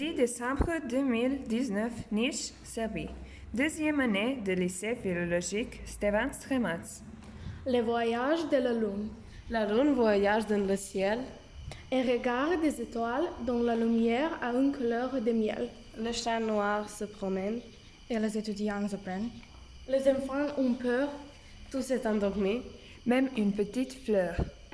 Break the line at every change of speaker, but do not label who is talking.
10 décembre 2019, Niš, Serbie. Deuxième année de lycée philologique Stefan Stremac.
Le voyage de la lune.
La lune voyage dans le ciel.
Un regard des étoiles dont la lumière a une couleur de miel.
Le chat noir se promène.
Et les étudiants apprennent.
Les enfants ont peur.
Tout s'est endormi.
Même une petite fleur.